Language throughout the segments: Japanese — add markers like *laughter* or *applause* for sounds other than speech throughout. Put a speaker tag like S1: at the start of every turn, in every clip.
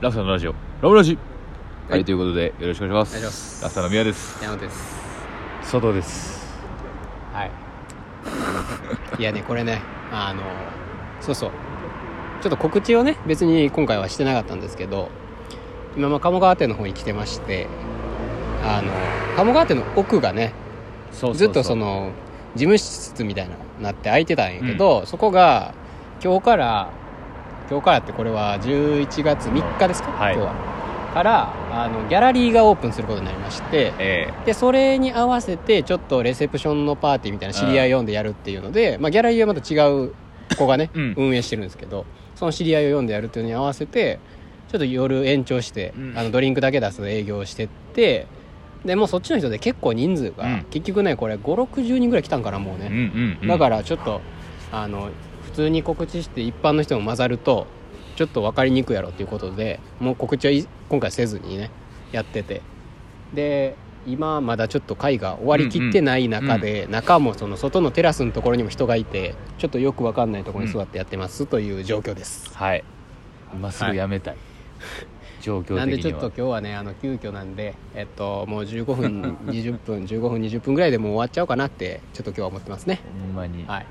S1: ラフさんのラジオラブラジはい、
S2: はい
S1: ということでよろしくお願いします
S2: お願いします
S1: ラフさんの宮です
S2: 山本です
S3: 佐藤です
S2: はい *laughs* いやねこれねあのそうそうちょっと告知をね別に今回はしてなかったんですけど今まあ鴨川店の方に来てましてあの鴨川店の奥がね
S1: そうそうそう
S2: ずっとその事務室みたいなのになって空いてたんやけど、そこが今日から今日からってこれは11月3日ですか、
S1: はい
S2: 今日はからあのギャラリーがオープンすることになりまして
S1: え
S2: でそれに合わせてちょっとレセプションのパーティーみたいな知り合いを呼んでやるっていうので、まあ、ギャラリーはまた違う子がね、
S1: うん
S2: *laughs* 運営してるんですけどその知り合いを呼んでやるっていうのに合わせてちょっと夜延長して、
S1: うん
S2: あのドリンクだけ出す営業をしてってでもうそっちの人で結構人数が、
S1: うん
S2: 結局ねこれ560人ぐらい来たんかなもう
S1: え
S2: ね、
S1: うんうん
S2: だかららちょっとあの普通に告知して一般の人も混ざるとちょっと分かりにくいやろっていうことでもう告知はい今回せずにねやっててで今まだちょっと会が終わりきってない中で、中もその外のテラスのところにも人がいてちょっとよく分かんないところに座ってやってますという状況です、
S1: はい今すぐやめたい、状況的には
S2: なんでちょっと今日はねあの急遽なんで、えっと、もう15分20分15分20分ぐらいでもう終わっちゃおうかなってちょっと今日は思ってますね
S1: ほんまに、
S2: はい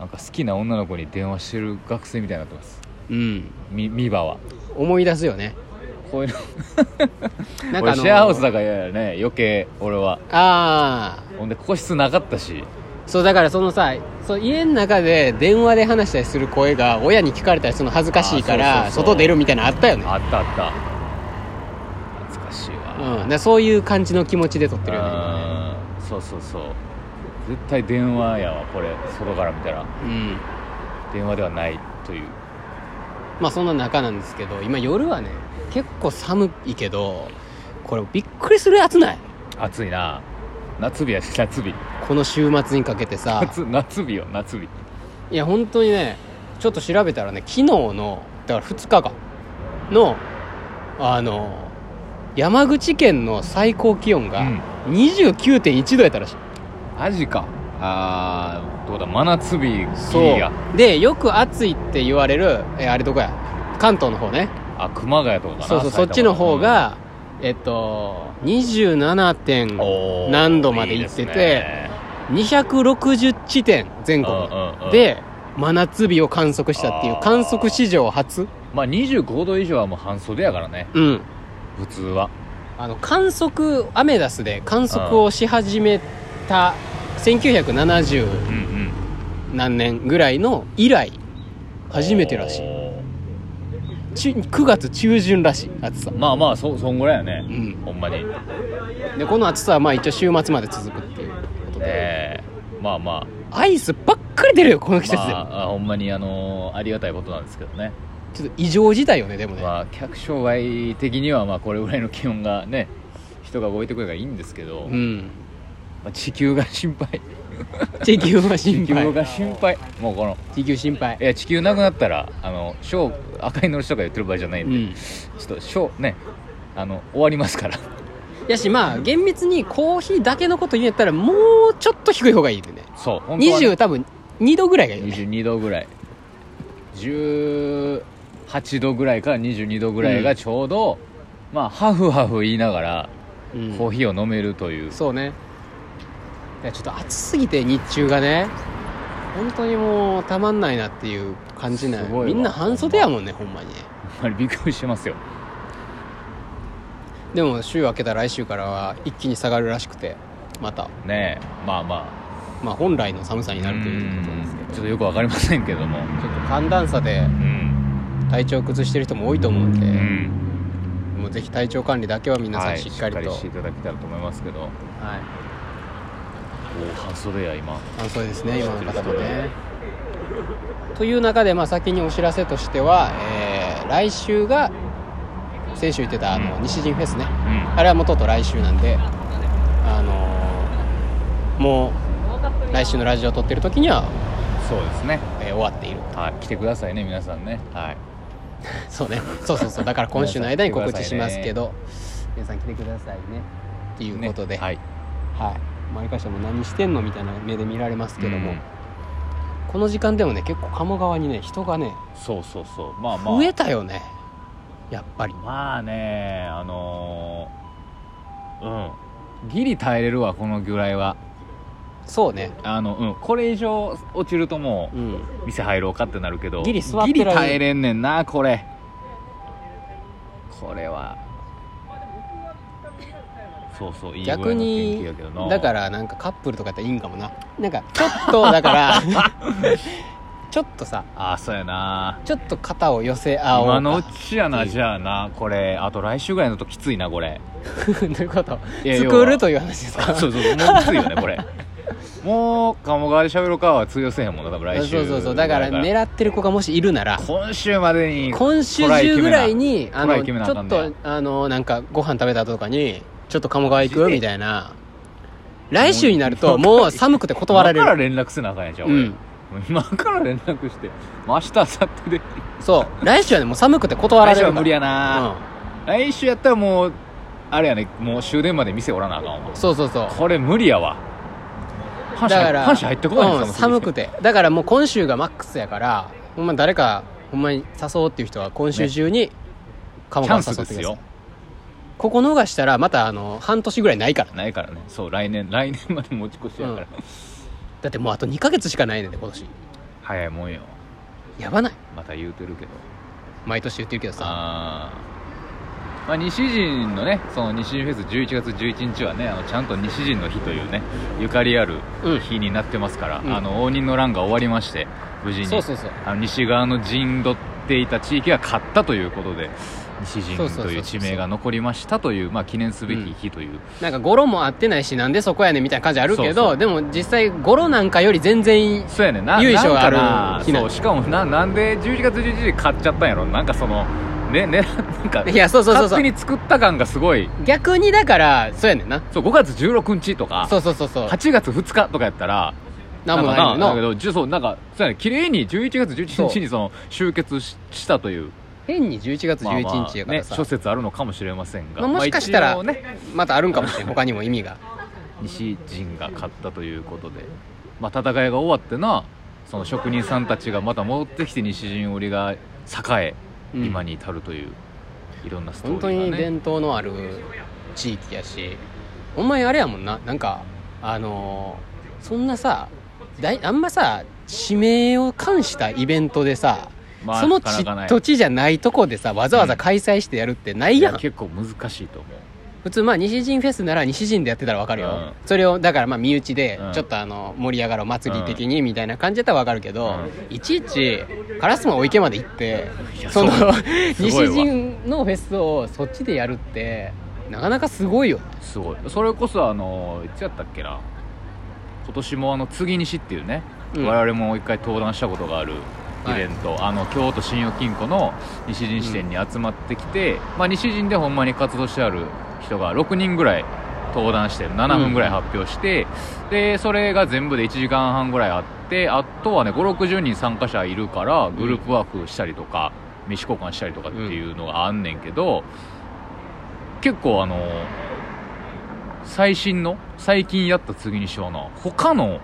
S1: なんか好きな女の子に電話してる学生みたいになってます
S2: うん
S1: みミバは
S2: 思い出すよね
S1: こういうの
S2: *laughs* なん
S1: 俺
S2: かあ
S1: シ
S2: の
S1: ェアハウスだから嫌やね余計俺は
S2: ああ
S1: ほんで個室なかったし
S2: そうだからそのさそう家の中で電話で話したりする声が親に聞かれたりするの恥ずかしいか
S1: あー
S2: ら
S1: そうそうそう
S2: 外出るみたいなのあったよね
S1: あったあった懐かしいわ、
S2: うん、だからそういう感じの気持ちで撮ってるよね
S1: うんそうそうそう絶対電話やわこれ外から見たら
S2: 今ねうん
S1: 電話ではないという
S2: まあそんな中なんですけど今夜はね結構寒いけどこれびっくりするやつない
S1: 暑いな夏日やし夏日
S2: この週末にかけてさ
S1: 夏夏日よ夏日
S2: いや本当にねちょっと調べたらね昨日のだから2日間のあの山口県の最高気温が
S1: うん
S2: 29.1度やったらしい、
S1: マジかあーどうだ真夏日
S2: そ
S1: ギリや
S2: うでよく暑いって言われるえあれどこや関東の方ね
S1: あ熊谷とかかな
S2: そうそうそ
S1: 埼玉
S2: っちの方が、えっと
S1: うんお
S2: 27
S1: ー
S2: 何度まで行って
S1: いい
S2: て
S1: で
S2: 260地点全
S1: すね
S2: 国
S1: うんうんうん
S2: で真夏日を観測したってい
S1: あ
S2: う
S1: ー
S2: 観測史上初
S1: まあ25度以上はもう半袖やからね
S2: うん
S1: 普通は
S2: あの観測アメダスで観測をし始めた1970
S1: うんうん
S2: 何年ぐらいの以来初めてらしい
S1: お
S2: ち9月中旬らしい暑さ
S1: ーまあまあそそんぐらいやね、
S2: うん
S1: ほんまに
S2: でこの暑さはまあ一応週末まで続くっていうことで、
S1: ええまあまあ
S2: アイスばっかり出るよこの季節で、 *laughs*
S1: まあ、あほんまにあのーありがたいことなんですけどね、
S2: ちょっと異常事態よねでもね、
S1: まあ、客商売的にはまあこれぐらいの気温がね人が動いてくればいいんですけど、
S2: う
S1: ま
S2: ん
S1: あ、地球が心配
S2: 地球は心
S1: 地球
S2: 配
S1: が心配もうこの
S2: 地球心配
S1: いや地球なくなったらあのショー赤いの人が言ってる場合じゃないん
S2: う
S1: で、
S2: ん
S1: ちょっとショーねあの終わりますから *laughs*
S2: やしまあ厳密にコーヒーだけのこと言うんやったらもうちょっと低い方がいいでね
S1: そう本当はね
S2: 20多分2度ぐらいがいいよね
S1: 22度ぐらい18度ぐらいから22度ぐらいがちょうど、まあハフハフ言いながら
S2: うん
S1: コーヒーを飲めるという、
S2: そうねいやちょっと暑すぎて日中がね本当にもうたまんないなっていう感じな
S1: すごいわ
S2: みんな半袖やもんねほんまにね
S1: ほんまにびっくりしてますよ
S2: でも週明けた来週からは一気に下がるらしくてまた、
S1: ねえまあま
S2: まあ、本来の寒さに
S1: あ
S2: なるということですけど
S1: ちょっとよくわかりませんけども
S2: ちょっと寒暖差で
S1: うん、
S2: 体調崩してる人も多いと思うんで、
S1: うん、
S2: もうぜひ体調管理だけは皆さ
S1: は
S2: ん
S1: い
S2: しっかりと、
S1: していただけたらと思いますけど
S2: はい
S1: おお半袖や今
S2: あそうですね今の方もねという中で、まあ、先にお知らせとしては、えー来週が先週言ってたあの
S1: うん
S2: 西陣フェスね
S1: うん
S2: あれはもうとうとう来週なんであのーもう来週のラジオを撮ってる時には、
S1: そうですね
S2: えー終わっている
S1: はい来てくださいね皆さんねはい
S2: そうねそうそうそうだから今週の間 *laughs* に告知しますけど皆さん来てくださいねっていうことで、
S1: ねはい
S2: はい周りからしても何してんのみたいな目で見られますけども、
S1: うん
S2: この時間でもね結構鴨川にね人がね
S1: そうそうそうまあまあ
S2: 増えたよねやっぱり
S1: まあねあのーうんギリ耐えれるわこのぐらいは
S2: そうね
S1: あのうんこれ以上落ちるとも
S2: うん
S1: う店入ろうかってなるけど
S2: ギリ座ってられる
S1: ギリ耐えれんねんなこれこれはそうそういい具合の
S2: 逆に
S1: 天気やけどな
S2: だからなんかカップルとかやっていいんかもななんかちょっとだから
S1: *laughs*
S2: ちょっとさ
S1: ああそうやな
S2: ちょっと肩を寄せ合おうか
S1: 今
S2: *laughs*
S1: のうちや
S2: っ
S1: な
S2: ていう
S1: じゃあなこれあと来週ぐらいのときついなこれ
S2: どういうこと
S1: いや要は
S2: 作るという話です
S1: あ
S2: か
S1: *laughs* そうそうもうきついよねこれもう鴨川で喋ろうかは通用せえへんもんな多分来週
S2: そうそうそうだから
S1: ら
S2: 狙ってる子がもしいるなら
S1: 今週までに
S2: 今週中ぐらいにあ
S1: トラ
S2: の
S1: イ
S2: ち
S1: 決めな
S2: ょっ
S1: トライ
S2: とあのなんかご飯食べた後とかにちょっと鴨川行く
S1: マジで
S2: みたいな来週にな
S1: *laughs*
S2: るともう寒くて断られ
S1: 今から
S2: る
S1: 連絡せなあかんやんじゃん、
S2: う
S1: 俺
S2: ん
S1: 今から連絡してもう明日明後日で
S2: そう来週はねもう寒くて断ら
S1: 来
S2: れ
S1: 週
S2: る
S1: は
S2: から
S1: 無理や
S2: う
S1: な、来週やったらもうあれやねもう終電まで店おらなあかんわ
S2: んそうそうそう
S1: これ無理やわ阪神
S2: だから
S1: 阪神入ってこない
S2: うん、寒くてだからもう今週がマックスやからほんま誰かほんまに誘おうっていう人は今週中に
S1: チ
S2: 鴨
S1: ャ
S2: 川
S1: ンス
S2: 誘
S1: で
S2: って
S1: す
S2: ください
S1: よ
S2: ここ逃したらまたあの半年ぐらいないから
S1: ないからねそう来年来年まで持ち越しやから、
S2: だってもうあと2ヶ月しかないねんで今年
S1: 早いもんよ
S2: やばない
S1: また言うてるけど
S2: 毎年言ってるけどさ
S1: あーまあ、西陣のねその西陣フェス11月11日はねあのちゃんと西陣の日というねゆかりある
S2: うん
S1: 日になってますから、
S2: うん
S1: あの応仁の乱が終わりまして無事に
S2: そうそうそう
S1: あの西側の陣取っていた地域が勝ったということで西陣
S2: そうそうそう
S1: と
S2: そう
S1: いう地名が残りましたという、まあ、記念すべき日という、
S2: なんか語呂も合ってないしなんでそこやねんみたいな感じあるけど
S1: そうそう
S2: でも実際語呂なんかより全然
S1: そうやねんな
S2: 由緒ある
S1: なんかな
S2: 日なん
S1: そうしかもななんで11月11日勝っちゃったんやろなんかそのねねなんか
S2: いやそうそうそう
S1: 勝
S2: そ
S1: 手
S2: う
S1: に作った感がすごい
S2: 逆にだからそうやねんな
S1: そう5月16日とか
S2: そうそうそうそう
S1: 8月2日とかやったら
S2: なんも
S1: か
S2: ない
S1: だ
S2: の
S1: け
S2: よな
S1: どじゅそうなんかそうやね綺麗に11月11日にその集結ししたという
S2: 変に11月
S1: まあまあ
S2: 11日やから
S1: ね
S2: さ
S1: 諸説あるのかもしれませんが、
S2: まあもしかしたら
S1: まあ一応ね
S2: またあるんかもしれん他にも意味が
S1: 西陣が勝ったということで、まあ、戦いが終わってなその職人さんたちがまた戻ってきて西陣織が栄え、
S2: うん
S1: 今に至るといういろんなストーリ
S2: 本当
S1: ー
S2: に
S1: がね
S2: 伝統のある地域やしほんまにあれやもんななんかあのーそんなさだいあんまさ地名を冠したイベントでさ、
S1: まあ
S2: その
S1: なかなかない
S2: 地土地じゃないとこでさわざわざ開催してやるってない
S1: い
S2: やん、
S1: や結構難しいと思う
S2: 普通まあ西陣フェスなら西陣でやってたらわかるよ、
S1: うん
S2: それをだからまあ身内で
S1: うん
S2: ちょっとあの盛り上がろう祭り的にみたいな感じだったらわかるけど、いちいち烏丸お池まで行って
S1: いや
S2: その
S1: そうすごい
S2: 西
S1: わ
S2: 陣のフェスをそっちでやるってなかなかすごいよね
S1: すごいそれこそあのいつやったっけな今年もあの次西っていうね、
S2: うん
S1: 我々も一回登壇したことがあるイベント、あの京都信用金庫の西陣支店に集まってきて、まあ、西陣でほんまに活動してある人が6人ぐらい登壇して7分ぐらい発表して、でそれが全部で1時間半ぐらいあってあとはね560人参加者いるからグループワークしたりとか、飯交換したりとかっていうのがあんねんけど、結構あの最新の最近やった次にしような他の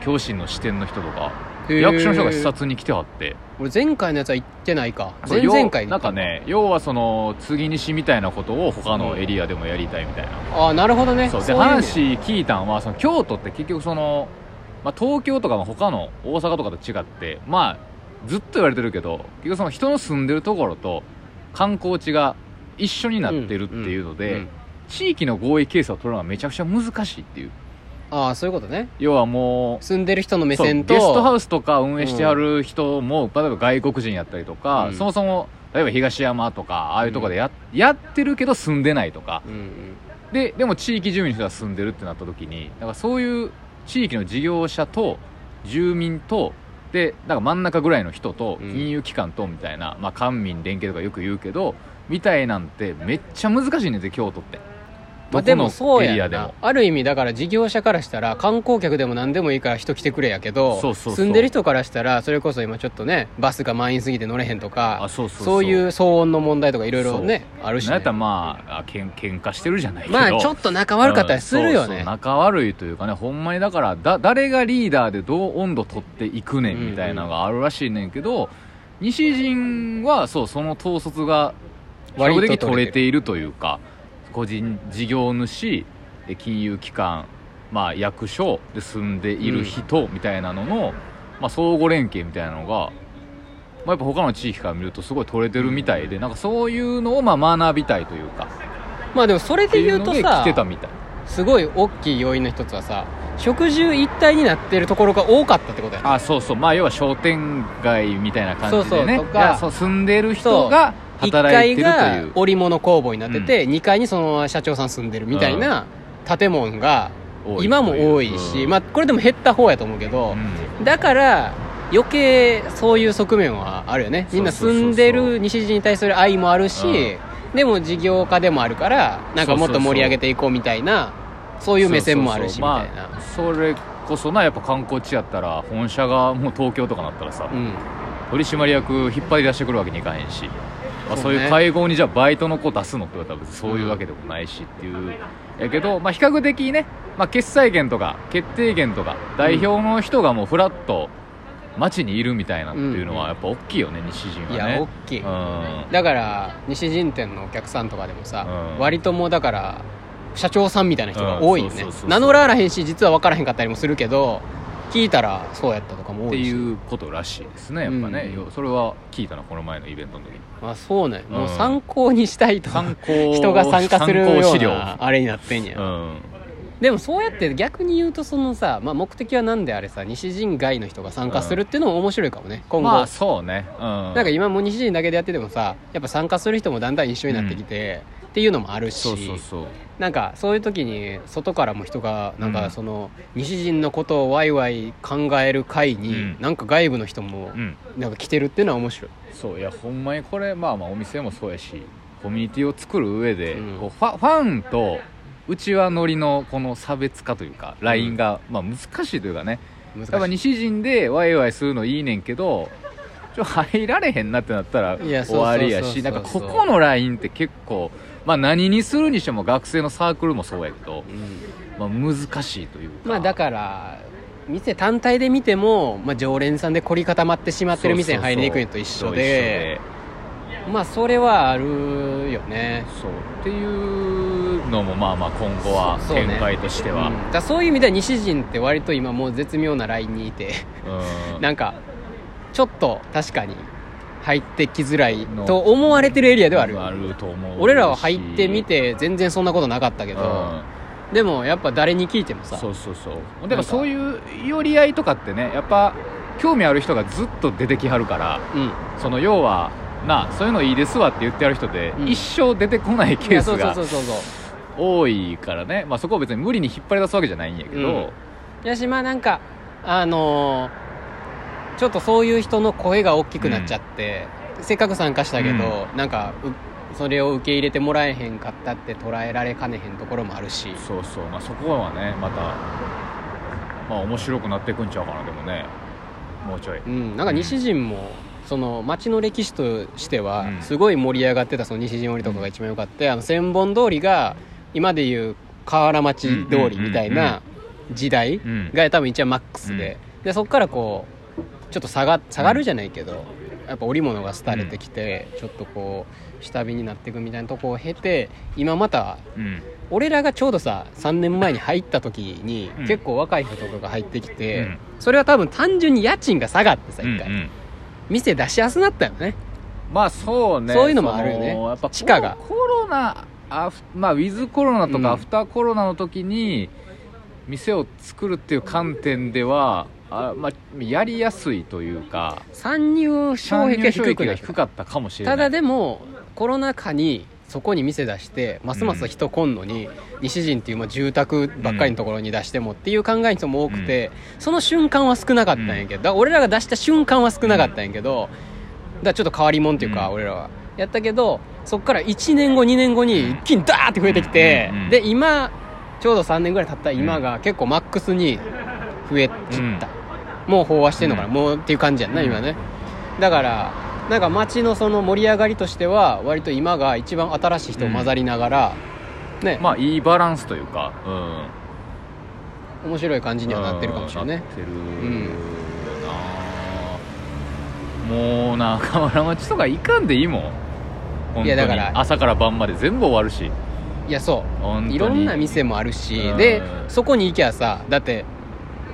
S1: 教師の視点の人とか役所の人が視察に来てはって
S2: 俺前回のやつは行ってないか
S1: そう
S2: 前々回
S1: 要
S2: に
S1: なんかね要はその次にしみたいなことを他のエリアでもやりたいみたいな、
S2: ああなるほどね
S1: そうで
S2: いうね
S1: 話聞いたんはその京都って結局その、まあ、東京とかの他の大阪とかと違ってまあずっと言われてるけど結局その人の住んでるところと観光地が一緒になってるっていうので、
S2: うん
S1: 地域の合意形成を取るのがめちゃくちゃ難しいっていう
S2: ああそういうことね
S1: 要はもう
S2: 住んでる人の目線
S1: そうゲストハ
S2: と
S1: ウスとか運営してある人も、例えば外国人やったりとか、
S2: うん
S1: そもそも例えば東山とかああいうとこでや,、やってるけど住んでないとか
S2: うんうん
S1: ででも地域住民の人が住んでるってなった時にだからそういう地域の事業者と住民とでなんか真ん中ぐらいの人と
S2: うん
S1: 金融機関とみたいな、まあ、官民連携とかよく言うけどみたいなんてめっちゃ難しいねんて京都って。
S2: まあ、
S1: ど
S2: で
S1: この
S2: もそう
S1: エリ
S2: や
S1: ア
S2: ん
S1: で
S2: な
S1: も
S2: ある意味だから事業者からしたら観光客でも何でもいいから人来てくれやけど
S1: そうそうそう
S2: 住んでる人からしたらそれこそ今ちょっとねバスが満員すぎて乗れへんとか
S1: あそうそうそう
S2: そういう騒音の問題とかいろいろねあるし、
S1: なんや
S2: ね
S1: ったら、まああけん喧嘩してるじゃないけど
S2: まあちょっと仲悪かったりするよ
S1: うんそう
S2: ね、
S1: そう仲悪いというかねほんまにだからだ誰がリーダーでどう温度取っていくねんみたいなのがあるらしいねんけど、西陣はそうその統率が比較的取れているというか個人事業主え金融機関、まあ、役所で住んでいる人みたいなのの、まあ、相互連携みたいなのが、まあ、やっぱ他の地域から見るとすごい取れてるみたいでなんかそういうのをまあ学びたいというか
S2: まあでもそれ
S1: ってい
S2: で言
S1: う
S2: う
S1: の
S2: と
S1: で来
S2: さ
S1: てたみたい
S2: すごい大きい要因の一つはさ食住一体になってるところが多かったってことやね
S1: あそうそうまあ要は商店街みたいな感じでね
S2: そうそうとか
S1: いやそう住んでる人が
S2: 1
S1: 働い
S2: 階
S1: てると
S2: が
S1: いう
S2: 織物工房になってて、2階にそのまま社長さん住んでるみたいな建物が
S1: 多いという
S2: 今も多いし、
S1: うん
S2: まあ、これでも減った方やと思うけど、
S1: うん
S2: だから余計そういう側面はあるよねみんな
S1: そうそうそうそう
S2: 住んでる西陣に対する愛もあるし、でも事業家でもあるからなんかもっと盛り上げていこうみたいなそういう目線もあるしみ
S1: そうそうそう
S2: たいな
S1: まあ、それこそなやっぱ観光地やったら本社がもう東京とかなったらさ、
S2: うん
S1: 取締役引っ張り出してくるわけにいかへんし、まあ、
S2: そ
S1: そうう
S2: ね
S1: いう会合にじゃあバイトの子出すのって言われたら別にそういうわけでもないしっていう、やけど、まあ、比較的ね、まあ、決裁権とか決定権とか代表の人がもうフラッと街にいるみたいなっていうのはやっぱ大きいよね西陣はいね
S2: や大きい、
S1: うん
S2: だから西陣店のお客さんとかでもさ、
S1: うん
S2: 割ともうだから社長さんみたいな人が多い
S1: う
S2: よ
S1: んそう
S2: ね
S1: そうそうそう
S2: 名乗られへんし実は分からへんかったりもするけど聞いたらそうやったとかも
S1: っ
S2: 多
S1: て
S2: いし
S1: いうことらしいですねやっぱね、
S2: うん
S1: それは聞いたのこの前のイベントの時に
S2: あそうね、もううん参考にしたいと
S1: 参考
S2: *laughs* 人が参加するよ
S1: 参考資
S2: う
S1: 料
S2: なあれになってんや、
S1: うん
S2: でもそうやって逆に言うとそのさ、まあ、目的は何であれさ西陣外の人が参加するっていうのも面白いかもね今後、
S1: まあそうね、うん、な
S2: なんか今もう西陣だけでやっててもさやっぱ参加する人もだんだん一緒になってきて、っていうのもあるし
S1: そうそうそう
S2: なんかそういう時に外からも人がなん
S1: う
S2: か
S1: ん
S2: その西陣のことをワイワイ考える会に、
S1: うん
S2: なんか外部の人も
S1: うん
S2: なんか来てるっていうのは面白い、
S1: そういやほんまにこれまあまあお店もそうやしコミュニティを作る上で、
S2: うん
S1: こうファファンとうちはノリのこの差別化というかラインが、まあ難しいというかね
S2: 難しい
S1: やっぱ西陣でワイワイするのいいねんけどちょ入られへんなってなったら
S2: いや
S1: 終わりや
S2: そうそうそうそう
S1: しなんかここのラインって結構まあ何にするにしても学生のサークルもそうやけど、
S2: うん
S1: まあ、難しいというか
S2: まあだから店単体で見ても、まあ、常連さんで凝り固まってしまってる店に入りにくいのと一緒でまあそれはあるよね
S1: そうっていうのもまあまあ今後は
S2: そうそう
S1: 展
S2: ね
S1: 開としては
S2: うん、だからそういう意味では西陣って割と今もう絶妙なラインにいて
S1: うん
S2: なんかちょっと確かに入ってきづらいと思われてるエリアではある
S1: あると思うし
S2: 俺らは入ってみて全然そんなことなかったけ
S1: うん
S2: ど、でもやっぱ誰に聞いてもさ
S1: そうそうそうでもそういう寄り合いとかってねやっぱ興味ある人がずっと出てきはるから
S2: うん
S1: その要はなあそういうのいいですわって言ってある人で、
S2: うん
S1: 一生出てこない
S2: い
S1: ケー
S2: やそ
S1: ス
S2: うそう
S1: が
S2: そうそうそう
S1: 多いからね、まあ、そこを別に無理に引っ張り出すわけじゃないんやけど、
S2: うんやしまあなんかあのーちょっとそういう人の声が大きくなっちゃって、せっかく参加したけど、なんかうそれを受け入れてもらえへんかったって捉えられかねへんところもあるし
S1: そうそう、まあ、そこはねまた、まあ、面白くなっていくんちゃうかなでもねもうちょい、
S2: うんなんか西陣もその町の歴史としては
S1: うん
S2: すごい盛り上がってたその西陣織とかが一番良かった、あの千本通りが今でいう河原町通りみたいな時代
S1: うん
S2: が多分一番マックスで,、でそこからこうちょっと下が下がるじゃないけど、やっぱ織物が廃れてきて、ちょっとこう下火になっていくみたいなとこを経て今また
S1: うん
S2: 俺らがちょうどさ3年前に入った時に、
S1: うん
S2: 結構若い人とかが入ってきて、
S1: うん
S2: それは多分単純に家賃が下がってさ一回、
S1: うんうん
S2: 店出しやすなったよね
S1: まあそうね
S2: そういうのもあるよね
S1: そのやっぱ
S2: 地価が
S1: コロナアフまあウィズコロナと
S2: うん
S1: かアフターコロナの時に店を作るっていう観点ではあ、まあ、やりやすいというか
S2: 参入障壁が
S1: 参
S2: 低く
S1: 入障壁
S2: な
S1: が
S2: っ
S1: 低
S2: た
S1: かったかもしれない
S2: ただでもコロナ禍にそこに店出してますます人来んのに、西陣っていうまあ住宅ばっかりのところに出してもっていう考えの人も多くて、その瞬間は少なかったんやけど、だから俺らが出した瞬間は少なかったんやけどだからちょっと変わりもんっていうか、
S1: うん
S2: 俺らはやったけどそっから1年後2年後に一気にダーって増えてきて、
S1: うんうん
S2: で今ちょうど3年ぐらい経った今が結構マックスに増えきった、もう飽和してんのかな、
S1: うん
S2: もうっていう感じやんな今ねだからなんか街のその盛り上がりとしては割と今が一番新しい人混ざりながら、ね、
S1: まあいいバランスというか、うん、
S2: 面白い感じにはなってるかもしれな
S1: うん
S2: い
S1: なっ
S2: ね
S1: てる
S2: ん
S1: なあもうな河原町とか行かんでいいもん本当
S2: いや
S1: に
S2: だから
S1: 朝から晩まで全部終わるし
S2: いやそ
S1: 本当
S2: う
S1: に
S2: いろんな店もあるし
S1: うん
S2: でそこに行きゃさだって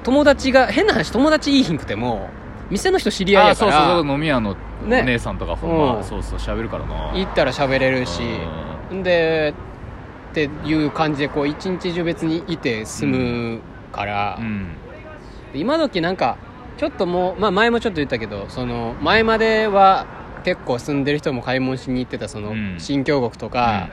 S2: 友達が変な話友達いいひんくても店の人知り合い
S1: あ
S2: やか
S1: そう
S2: ら
S1: そうそう飲み屋のお
S2: ね
S1: 姉さんとか、ほん
S2: う
S1: ま
S2: ん
S1: そうそう喋るからな
S2: 行ったら喋れるし
S1: うん
S2: んでっていう感じでこう一日中別にいて済むから、
S1: うん
S2: 今時なんかちょっともう、まあ、前もちょっと言ったけどその前までは結構住んでる人も買い物しに行ってたその
S1: うん
S2: 新京極とか、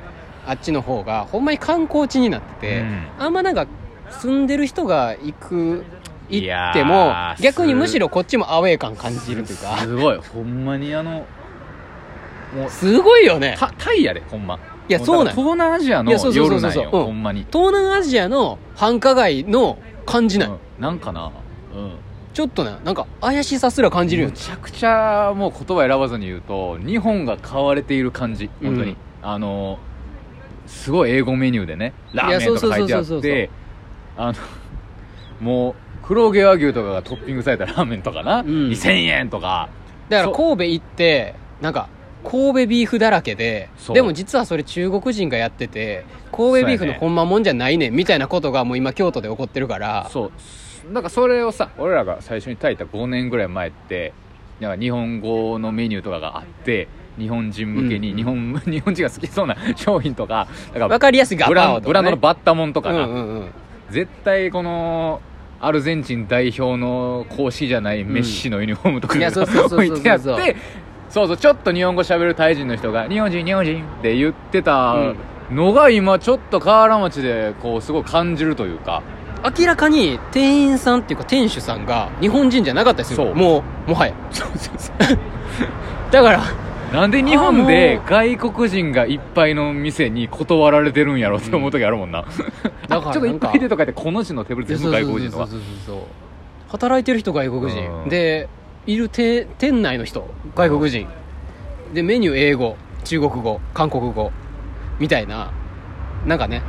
S2: あっちの方がほんまに観光地になってて、
S1: うん
S2: あんまなんか住んでる人が行く
S1: い
S2: 行
S1: やー
S2: っても
S1: す
S2: 逆にむしろこっちもアウェー感感じるという
S1: す
S2: か
S1: すごいほんまにあのもう
S2: すごいよね
S1: タタイやでほんま
S2: いや
S1: も
S2: そうな
S1: だ
S2: ん
S1: から東南アジアの
S2: いやそうそうそう
S1: 夜
S2: そう
S1: なん
S2: そう
S1: よ
S2: うん
S1: ほんまに
S2: 東南アジアの繁華街の感じない、
S1: うんなんかなうん
S2: ちょっとななんか怪しさすら感じるよ
S1: む
S2: ね
S1: ちゃくちゃもう言葉選ばずに言うと日本が買われている感じ本当に、
S2: うん
S1: あのすごい英語メニューでねラーメンとか書いてあっ
S2: いやそうそうそうそうそう
S1: てあのもう黒毛和牛とかがトッピングされたラーメンとかな、
S2: ん
S1: 2000円とか
S2: だから
S1: そう
S2: 神戸行ってなんか神戸ビーフだらけで
S1: そう
S2: でも実はそれ中国人がやってて神戸ビーフのほんまもんじゃないねんみたいなことがもう今京都で起こってるから
S1: そうなんかそれをさ俺らが最初に炊いた5年ぐらい前ってなんか日本語のメニューとかがあって日本人向けに、
S2: うん
S1: 日本 *laughs* 日本人が好きそうな商品とかだ
S2: わ
S1: か
S2: かりやすい
S1: ら
S2: ガ
S1: ブラン
S2: バオと
S1: ブラ
S2: か、
S1: ンド
S2: ね、
S1: のバッタモンとかな、
S2: うんうんうん
S1: 絶対このアルゼンチン代表の公式じゃないメッシのユニフォームとか
S2: い
S1: が
S2: やそうそうそうそう
S1: 置いてあってそうそうちょっと日本語喋るタイ人の人が「日本人日本人」って言ってたのが今ちょっと河原町でこうすごい感じるというか
S2: 明らかに店員さんっていうか店主さんが日本人じゃなかったです
S1: そ
S2: よ
S1: う
S2: もうもはや *laughs* だから
S1: なんで日本で外国人がいっぱいの店に断られてるんやろって思う時あるもん *laughs* な
S2: だ
S1: あ
S2: から
S1: ちょっといっ
S2: なんか
S1: ぱいでとか言ってこの字のテーブル全部外国人とか
S2: そうそうそうそうそう働いてる人外国
S1: う
S2: 人
S1: ん
S2: でいるて店内の人外国人でメニュー英語中国語韓国語みたいななんかね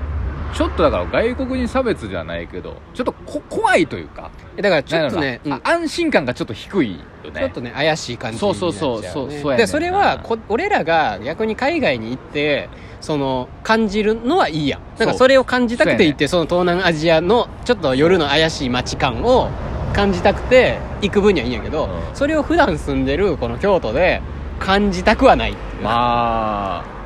S1: ちょっとだから外国人差別じゃないけどちょっとこ怖いというか
S2: えだからちょっとね、
S1: なんや
S2: うん
S1: ろなあ安心感がちょっと低いよね
S2: ちょっとね怪しい感じになっちゃ
S1: そ
S2: う、ね、
S1: うそうそうそうそうやねんな
S2: でそれはこ俺らが逆に海外に行ってその感じるのはいいやんなんかそれを感じたくて行ってそ,、の東南アジアのちょっと夜の怪しい街感を感じたくて行く分にはいいんやけど、
S1: うん
S2: それを普段住んでるこの京都で感じたくはないっていう
S1: まあ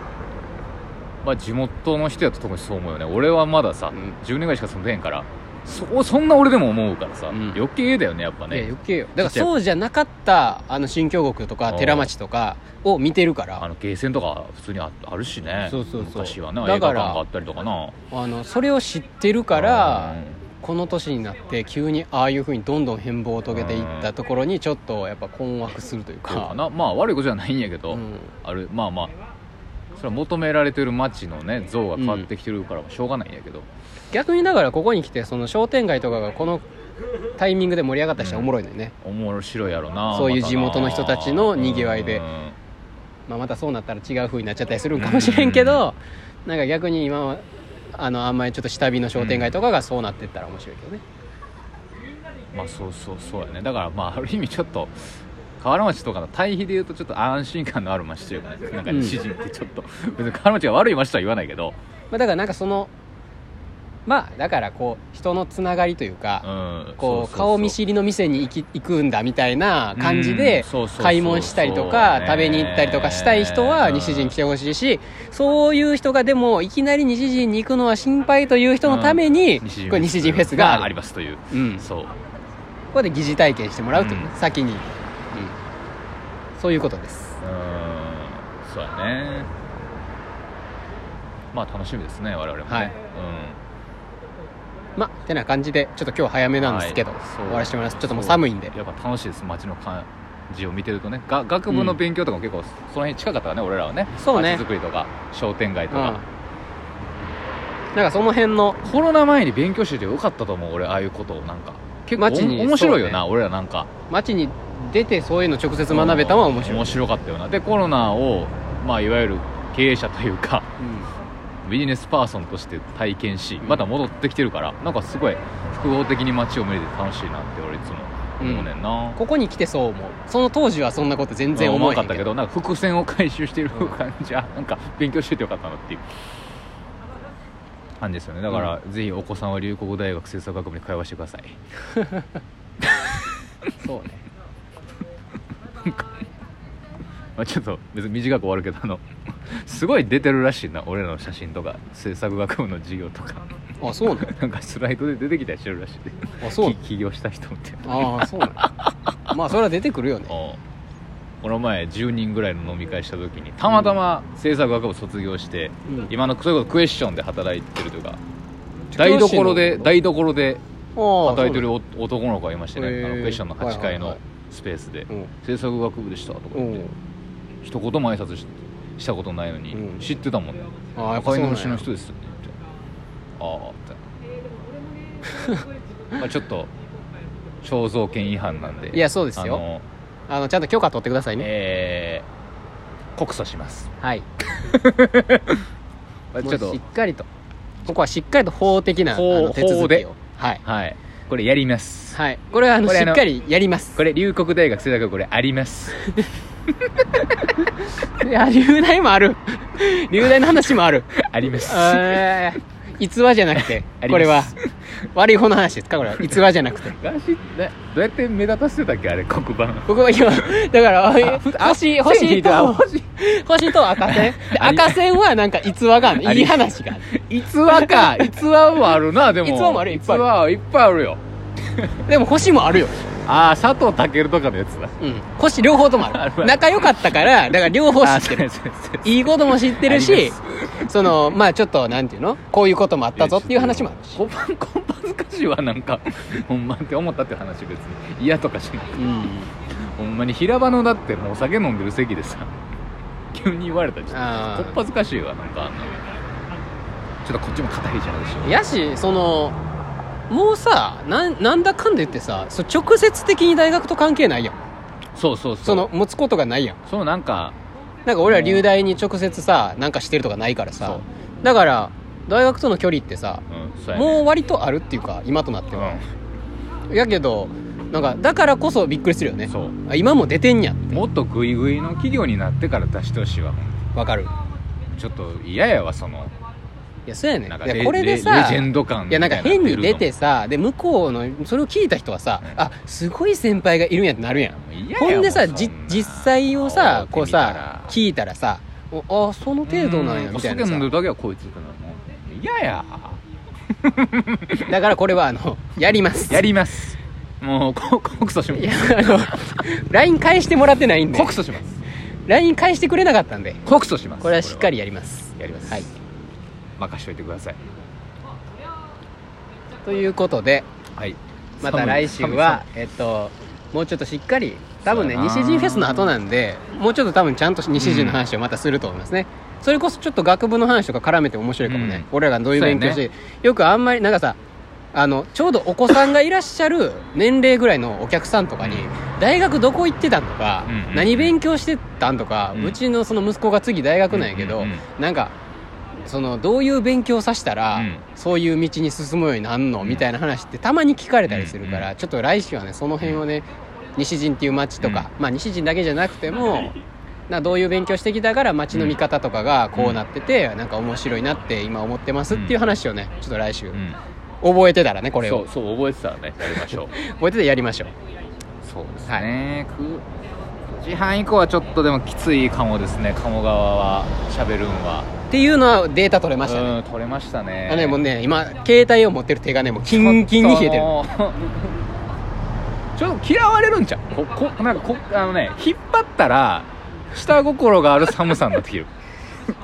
S1: まあ地元の人やと特にそう思うよね俺はまださ、
S2: うん
S1: 10年ぐらいしか住んでへんからそそんな俺でも思うからさ、
S2: うん
S1: 余計だよねやっぱ
S2: いや
S1: ね
S2: 余計よだから
S1: ちっちゃい
S2: そうじゃなかったあの新京極とか
S1: うん
S2: 寺町とかを見てるか
S1: あ
S2: ら
S1: のゲーセンとか普通にああるしね
S2: そうそうそう
S1: 昔はね映
S2: だ
S1: 画
S2: か
S1: 館
S2: ら
S1: があったりとかな
S2: あのそれを知ってるからこの年になって急にああいうふうにどんどん変貌を遂げていったところにちょっとやっぱ困惑するという
S1: うんそうか
S2: か
S1: なまあ悪いことじゃないんやけど、
S2: うん
S1: あれまあまあそれは求められてる街のね像が変わってきてるからしょうがないんやけど、
S2: 逆にだからここに来てその商店街とかがこのタイミングで盛り上がったりしたらおもろいのよね、
S1: 面白いやろな
S2: そういう
S1: またな
S2: 地元の人たちのにぎわいで
S1: うん
S2: まあ、またそうなったら違うふうになっちゃったりするんかもしれんけど、なんか逆に今はあのあんまりちょっと下火の商店街とかがそうなってったら面白いけどね、
S1: まあそうそうそうやねだからまあある意味ちょっと河原町とかの対比で言うとちょっと安心感のある町というかねなんか
S2: うん
S1: 西陣ってちょっと、別に河原町が悪い町とは言わないけど
S2: まあ、だからなんかそのまあだからこう人のつながりというか、
S1: うん
S2: こ
S1: そうそう
S2: う
S1: そう
S2: 顔見知りの店に行き行くんだみたいな感じ
S1: う
S2: で
S1: んそうそうそう
S2: 買い物したりとか
S1: そうね
S2: 食べに行ったりとかしたい人は
S1: うん
S2: 西陣来てほしいしそういう人がでもいきなり西陣に行くのは心配という人のためにこれ西陣フェスがあ
S1: あり
S2: る
S1: ますという、
S2: うんこ
S1: そう
S2: こで疑似体験してもらうというね
S1: うん
S2: 先にうんそういうことです
S1: うんそうやねまあ楽しみですね我々もね、
S2: は
S1: う
S2: い
S1: ん
S2: まあてな感じでちょっと今日早めなんですけど
S1: はいそう
S2: 終わらせてもらいますちょっともう寒いんで
S1: やっぱ楽しいです街の感じを見てるとねが学部の勉強とかも結構その辺近かったからね、俺らはね
S2: そうね
S1: 街づくりとか商店街
S2: う
S1: と
S2: ん
S1: か、
S2: なんかその辺の
S1: コロナ前に勉強しててよかったと思う俺ああいうことをなんか結構お
S2: 街に
S1: 面白いよ
S2: そ
S1: な、俺らなんか
S2: 街に出てそういうの直接学べたのは面白い
S1: 面白かったよなでコロナをまあいわゆる経営者というか
S2: うん
S1: ビジネスパーソンとして体験し
S2: ん
S1: また戻ってきてるからなんかすごい複合的に街を見れて楽しいなって俺いつも思うねんな、
S2: ここに来てそう思うその当時はそんなこと全然思
S1: 思
S2: わ
S1: わ
S2: へん
S1: なかったけどなんか伏線を回収してる
S2: うん
S1: 感じ、あなんか勉強しててよかったなっていう感じですよねだから、ぜひお子さんは龍谷大学政策学部に通わせてください
S2: そうね
S1: まあ、ちょっと別に短く終わるけどあの *laughs* すごい出てるらしいな俺らの写真とか制作学部の授業とか *laughs*
S2: あそうな
S1: なんかスライドで出てきたりしてるらしいで
S2: のあそう
S1: *laughs*
S2: な
S1: き起業した人みたいな
S2: のああそうなのまあそれは出てくるよね
S1: おうこの前10人ぐらいの飲み会した時にたまたま制作学部卒業して、
S2: うん
S1: 今のそれこそクエスチョンで働いてるというか
S2: 教師
S1: 台
S2: の
S1: 所で台所で
S2: 働
S1: 働いてるお男の子がいましてね、
S2: へー
S1: あのクエスチョンの8階
S2: はい
S1: の
S2: はいはい
S1: スペースで
S2: うん
S1: 「制作学部でした」とか
S2: う
S1: 言って、
S2: ん
S1: 一言も挨拶ししたことないのに、
S2: うん
S1: 知ってたもんね
S2: ああやっぱ
S1: 赤
S2: そ
S1: いう
S2: な
S1: の
S2: んや
S1: 星の人ですって言ってああってま
S2: *laughs*
S1: あちょっと肖像権違反なんで
S2: いやそうです
S1: あ
S2: よ
S1: の
S2: あのちゃんと許可取ってくださいね
S1: えー告訴します
S2: はい
S1: まあちょ
S2: もう
S1: っと
S2: しっかりとここはしっかりと法的なあ
S1: 法
S2: の手続
S1: 法
S2: き
S1: で
S2: をはい
S1: はいこれやります
S2: はいこれはあの
S1: こ
S2: し
S1: れあの
S2: っかりやります
S1: これ龍谷大学政策これあります *laughs*
S2: いや流大もある流大の話もある
S1: あります
S2: えー逸話じゃなくて
S1: *laughs* あります
S2: これは悪い方の話ですかこれは逸話じゃなくて
S1: ガシねどうやって目立たせてたっけあれ黒板
S2: 僕は今だから星
S1: 線引
S2: 星
S1: いてあ
S2: と
S1: 星
S2: 星と
S1: *laughs*
S2: 赤線で
S1: あり
S2: 赤線はなんか逸話がある
S1: あ
S2: の
S1: り
S2: いい話がある
S1: 逸話か逸話もあるなでも
S2: 逸話もあるいっぱいある
S1: 逸話はいっぱいあるよ
S2: でも星もあるよ
S1: ああ佐藤健とかのやつだ
S2: うん星両方とも
S1: あ
S2: あ
S1: るある
S2: る仲良かったからだから両方知ってる
S1: あそうですそうです
S2: いいことも知ってる
S1: あり
S2: し
S1: ま
S2: そのまあちょっとなんていうのこういうこともあったぞっていう話もあるし
S1: こん *laughs* ばんこんばずかしいわなんかほんまって思ったって話別に嫌とかしない
S2: うん
S1: ほんまに平場のだってもうお酒飲んでる席でさ急に言われたらち
S2: あ
S1: ょっと
S2: ー
S1: こっぱずかしいわなんかあんなちょっとこっちも硬いじゃないでしょ
S2: やしそのもうさなんなんだかんで言ってさそ直接的に大学と関係ないやん
S1: そうそうそう
S2: その持つことがないやん
S1: そうなんか
S2: なんか俺ら流大に直接さなんかしてるとかないから
S1: そ
S2: さ
S1: う
S2: だから大学との距離ってさ
S1: うんそうやね
S2: もう割とあるっていうか今となってはやけどなんかだからこそびっくりするよ
S1: う
S2: ね
S1: んそう
S2: あ今も出てんや
S1: もっとグイグイの企業になってから出してほしいわほんま
S2: わかる
S1: ちょっと嫌やわその
S2: いやそうやね
S1: なんか
S2: い
S1: レ
S2: やこれで
S1: レレ
S2: さ
S1: ジェンド感
S2: いやなんか変に出て
S1: さ
S2: さで向こうのそれを聞いた人はさ
S1: うん
S2: あすごい先輩がいるんやってなるやん
S1: 嫌や
S2: ほんでさ
S1: もう
S2: じ
S1: そな
S2: 実際を
S1: 会
S2: さ
S1: うて
S2: こう
S1: みた
S2: さ
S1: ら
S2: 聞いたらさおあその程度なんやみたい
S1: お酒
S2: な
S1: 飲んで
S2: さ
S1: るだけはこいつってなるのいやや
S2: だからこれはあ
S1: *laughs*
S2: のやります
S1: やりますもうこ告訴しま
S2: いや
S1: す
S2: あの LINE 返してもらってないんで
S1: 告訴します
S2: LINE 返してくれなかったんで
S1: 告訴します
S2: これはしっかりやります
S1: やります
S2: はい
S1: 任しといてください
S2: ということで
S1: はい
S2: また来週はえっともうちょっとしっかり多分ね
S1: そうやな
S2: 西陣フェスの後なんでもうちょっと多分ちゃんと西陣の話をまたすると思いますね、それこそちょっと学部の話とか絡めても面白いかもね、
S1: う
S2: 俺らがどういう勉強して、
S1: そうや
S2: よくあんまりなんかさあのちょうどお子さんがいらっしゃる年齢ぐらいのお客さんとかに、
S1: うん
S2: 大学どこ行ってたんとか、
S1: うんうん
S2: 何勉強してたんとか、
S1: う
S2: うんちのその息子が次大学なんやけど、
S1: うんうん
S2: なんかそのどういう勉強させたら、
S1: うん
S2: そういう道に進むようになんの、
S1: うん
S2: みたいな話ってたまに聞かれたりするから、
S1: う
S2: ちょっと来週はねその辺をね西陣っていう町とか、まあ西陣だけじゃなくてもなどういう勉強してきたから町の見方とかがこうなってて、なんか面白いなって今思ってますっていう話をねちょっと来週、
S1: うんうん
S2: 覚えてたらねこれ
S1: そ
S2: を
S1: うそう覚えてたらねやりましょう
S2: 覚えててやりましょう
S1: そうですね9時半以降はちょっとでもきついかもですね鴨川は喋るんは
S2: っていうのはデータ取れましたね、
S1: うん取れましたね
S2: あのねもうね今携帯を持ってる手がねもうキンキンに冷えて
S1: ち
S2: る
S1: ょっともう *laughs* ちょっと嫌われるんじゃんここなんかこあのね引っ張ったら下心がある寒さになってき
S2: *laughs*
S1: る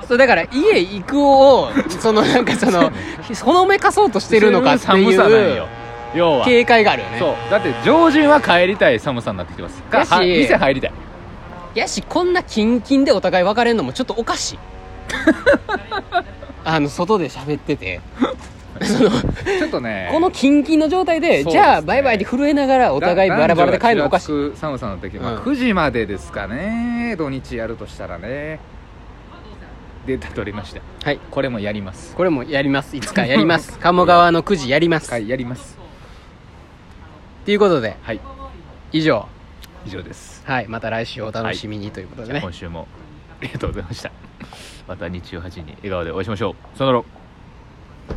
S2: そうだから家行くを
S1: *laughs*
S2: そのなんかそのほのめかそうとしてるのかって
S1: そういう寒さなん
S2: い
S1: よ
S2: う
S1: 要は
S2: 警戒があるよね
S1: そうだって常人は帰りたい寒さになってきてますか
S2: やし
S1: は店入りたい
S2: やしこんなキンキンでお互い別れるのもちょっとおか *laughs* しいあの外で喋ってて
S1: ちょっと
S2: *laughs*
S1: ね
S2: このキンキンの状態で
S1: そうですね
S2: じゃあバイバイで震えながらお互いバラバラで帰るのおかしい
S1: い寒さになってきて、ま
S2: う
S1: あ、
S2: ん
S1: 9時までですかね土日やるとしたらねデータ取りました
S2: はい
S1: これもやります
S2: これもやりますいつ *laughs* かやります鴨川のくじやります、
S1: はいやります
S2: っていうことで
S1: はい
S2: 以上
S1: 以上です
S2: はいまた来週お楽しみにということでね、
S1: 今週もありがとうございましたまた日曜8時に笑顔でお会いしましょうさよなら